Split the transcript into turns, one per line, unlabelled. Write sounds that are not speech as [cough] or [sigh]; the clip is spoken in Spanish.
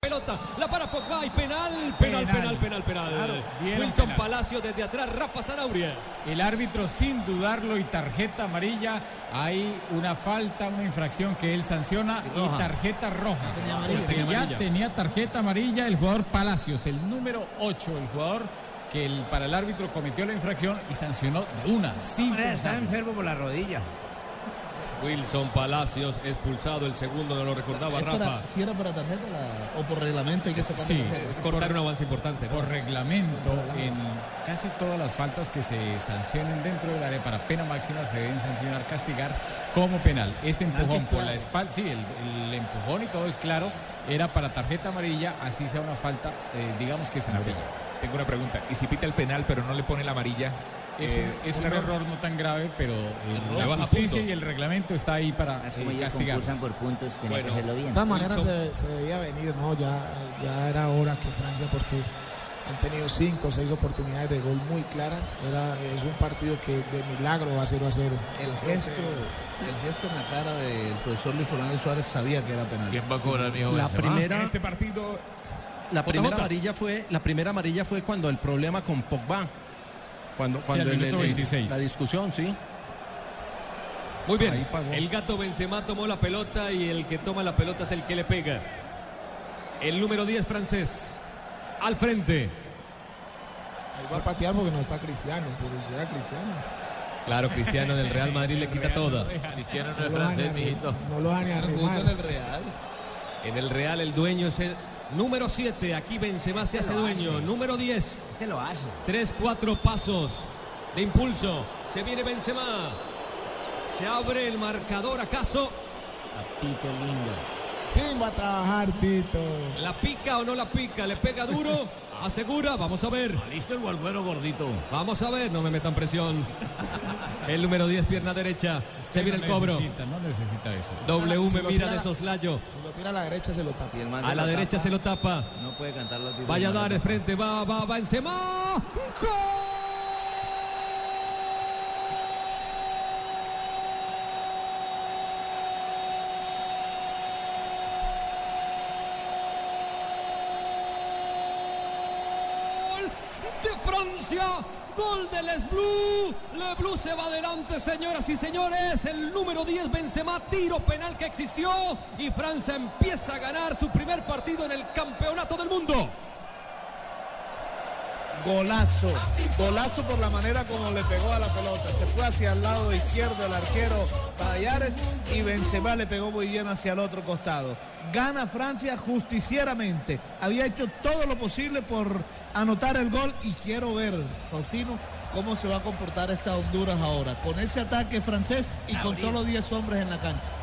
pelota, la para Pogba y penal, penal, penal, penal, penal.
Claro, bien
Wilson
penal.
Palacio desde atrás, Rafa Zanauria.
El árbitro sin dudarlo y tarjeta amarilla. Hay una falta, una infracción que él sanciona y,
roja.
tarjeta roja.
amarilla.
Porque
Tenía amarilla.
ya tenía tarjeta amarilla el jugador Palacios, el número 8, el jugador que el- para el árbitro cometió la infracción y sancionó de una. Sin
Hombre, está
pensarlo.
enfermo por la rodilla.
Wilson Palacios expulsado, el segundo no lo recordaba
Es para-
Rafa.
si era para tarjeta la- o por reglamento hay que sacar
Sí.
tarjeta.
Cortar un avance importante. ¿no?
Por reglamento, en casi todas las faltas que se sancionen dentro del área para pena máxima se deben sancionar, castigar como penal. Ese empujón por la espalda, sí, el, el empujón y todo es claro, era para tarjeta amarilla, así sea una falta, eh, digamos que sencilla.
Tengo una pregunta. ¿Y si pita el penal pero no le pone la amarilla?
Es,
eh,
un, es un error no tan grave, pero eh,
Le
la
baja
justicia
puntos.
y el reglamento está ahí para
Más
eh,
como ellos
castigar.
concursan por puntos, tienen
Bueno.
que hacerlo
De
bien.
todas maneras se, se debía venir, ¿no? Ya, ya era hora que Francia, porque han tenido cinco o seis oportunidades de gol muy claras. Era, es un partido que de milagro va 0 a 0.
El gesto, el gesto en la cara del profesor Luis Fernando Suárez sabía que era penal.
¿Quién va a cobrar, mi joven?
La
¿Se va?
primera,
En este partido
la primera
JJ.
amarilla fue la primera amarilla fue cuando el problema con Pogba. Cuando cuando
al
el-
minuto
el-
26.
la discusión, sí.
Muy bien,
Ahí pagó.
el gato Benzema tomó la pelota y el que toma la pelota es el que le pega. El número 10 francés, al frente.
Ahí va a patear porque no está Cristiano, pero si era Cristiano.
Claro, Cristiano del Real Madrid le quita toda.
Cristiano no
No
es
lo van
francés,
ni
mijito.
a- no lo van ni a arrimar.
En el Real el dueño es el número 7. Aquí Benzema se hace dueño. Número 10.
Este lo hace.
Tres, cuatro pasos de impulso. Se viene Benzema. Se abre el marcador acaso.
Papito lindo.
Vengo a trabajar, Tito.
¿La pica o no la pica? ¿Le pega
[laughs]
duro? Asegura. Vamos a ver.
Ah, Listo el golguero gordito.
Vamos a ver. No me metan presión. El número 10, pierna derecha. Se viene el
No
cobro.
necesita, no necesita eso.
W
Se
me
lo
mira
tira.
de soslayo.
Si lo tira a la derecha se lo tapa.
Si el man
A
se
la
lo
derecha
tapa,
se lo tapa.
No puede cantar los tiros.
Vaya a
No,
dar de
no.
frente, va, va, va Benzema. ¡Gol! de Francia. Gol de Les Blue. Le Blue se va adelante, señoras y señores. El número 10 Benzema, tiro penal que existió y Francia empieza a ganar su primer partido en el Campeonato del Mundo.
Golazo, golazo por la manera como le pegó a la pelota. Se fue hacia el lado izquierdo el arquero Payares y Benzema le pegó muy bien hacia el otro costado. Gana Francia justicieramente. Había hecho todo lo posible por anotar el gol y quiero ver, Faustino, cómo se va a comportar esta Honduras ahora. Con ese ataque francés y con solo 10 hombres en la cancha.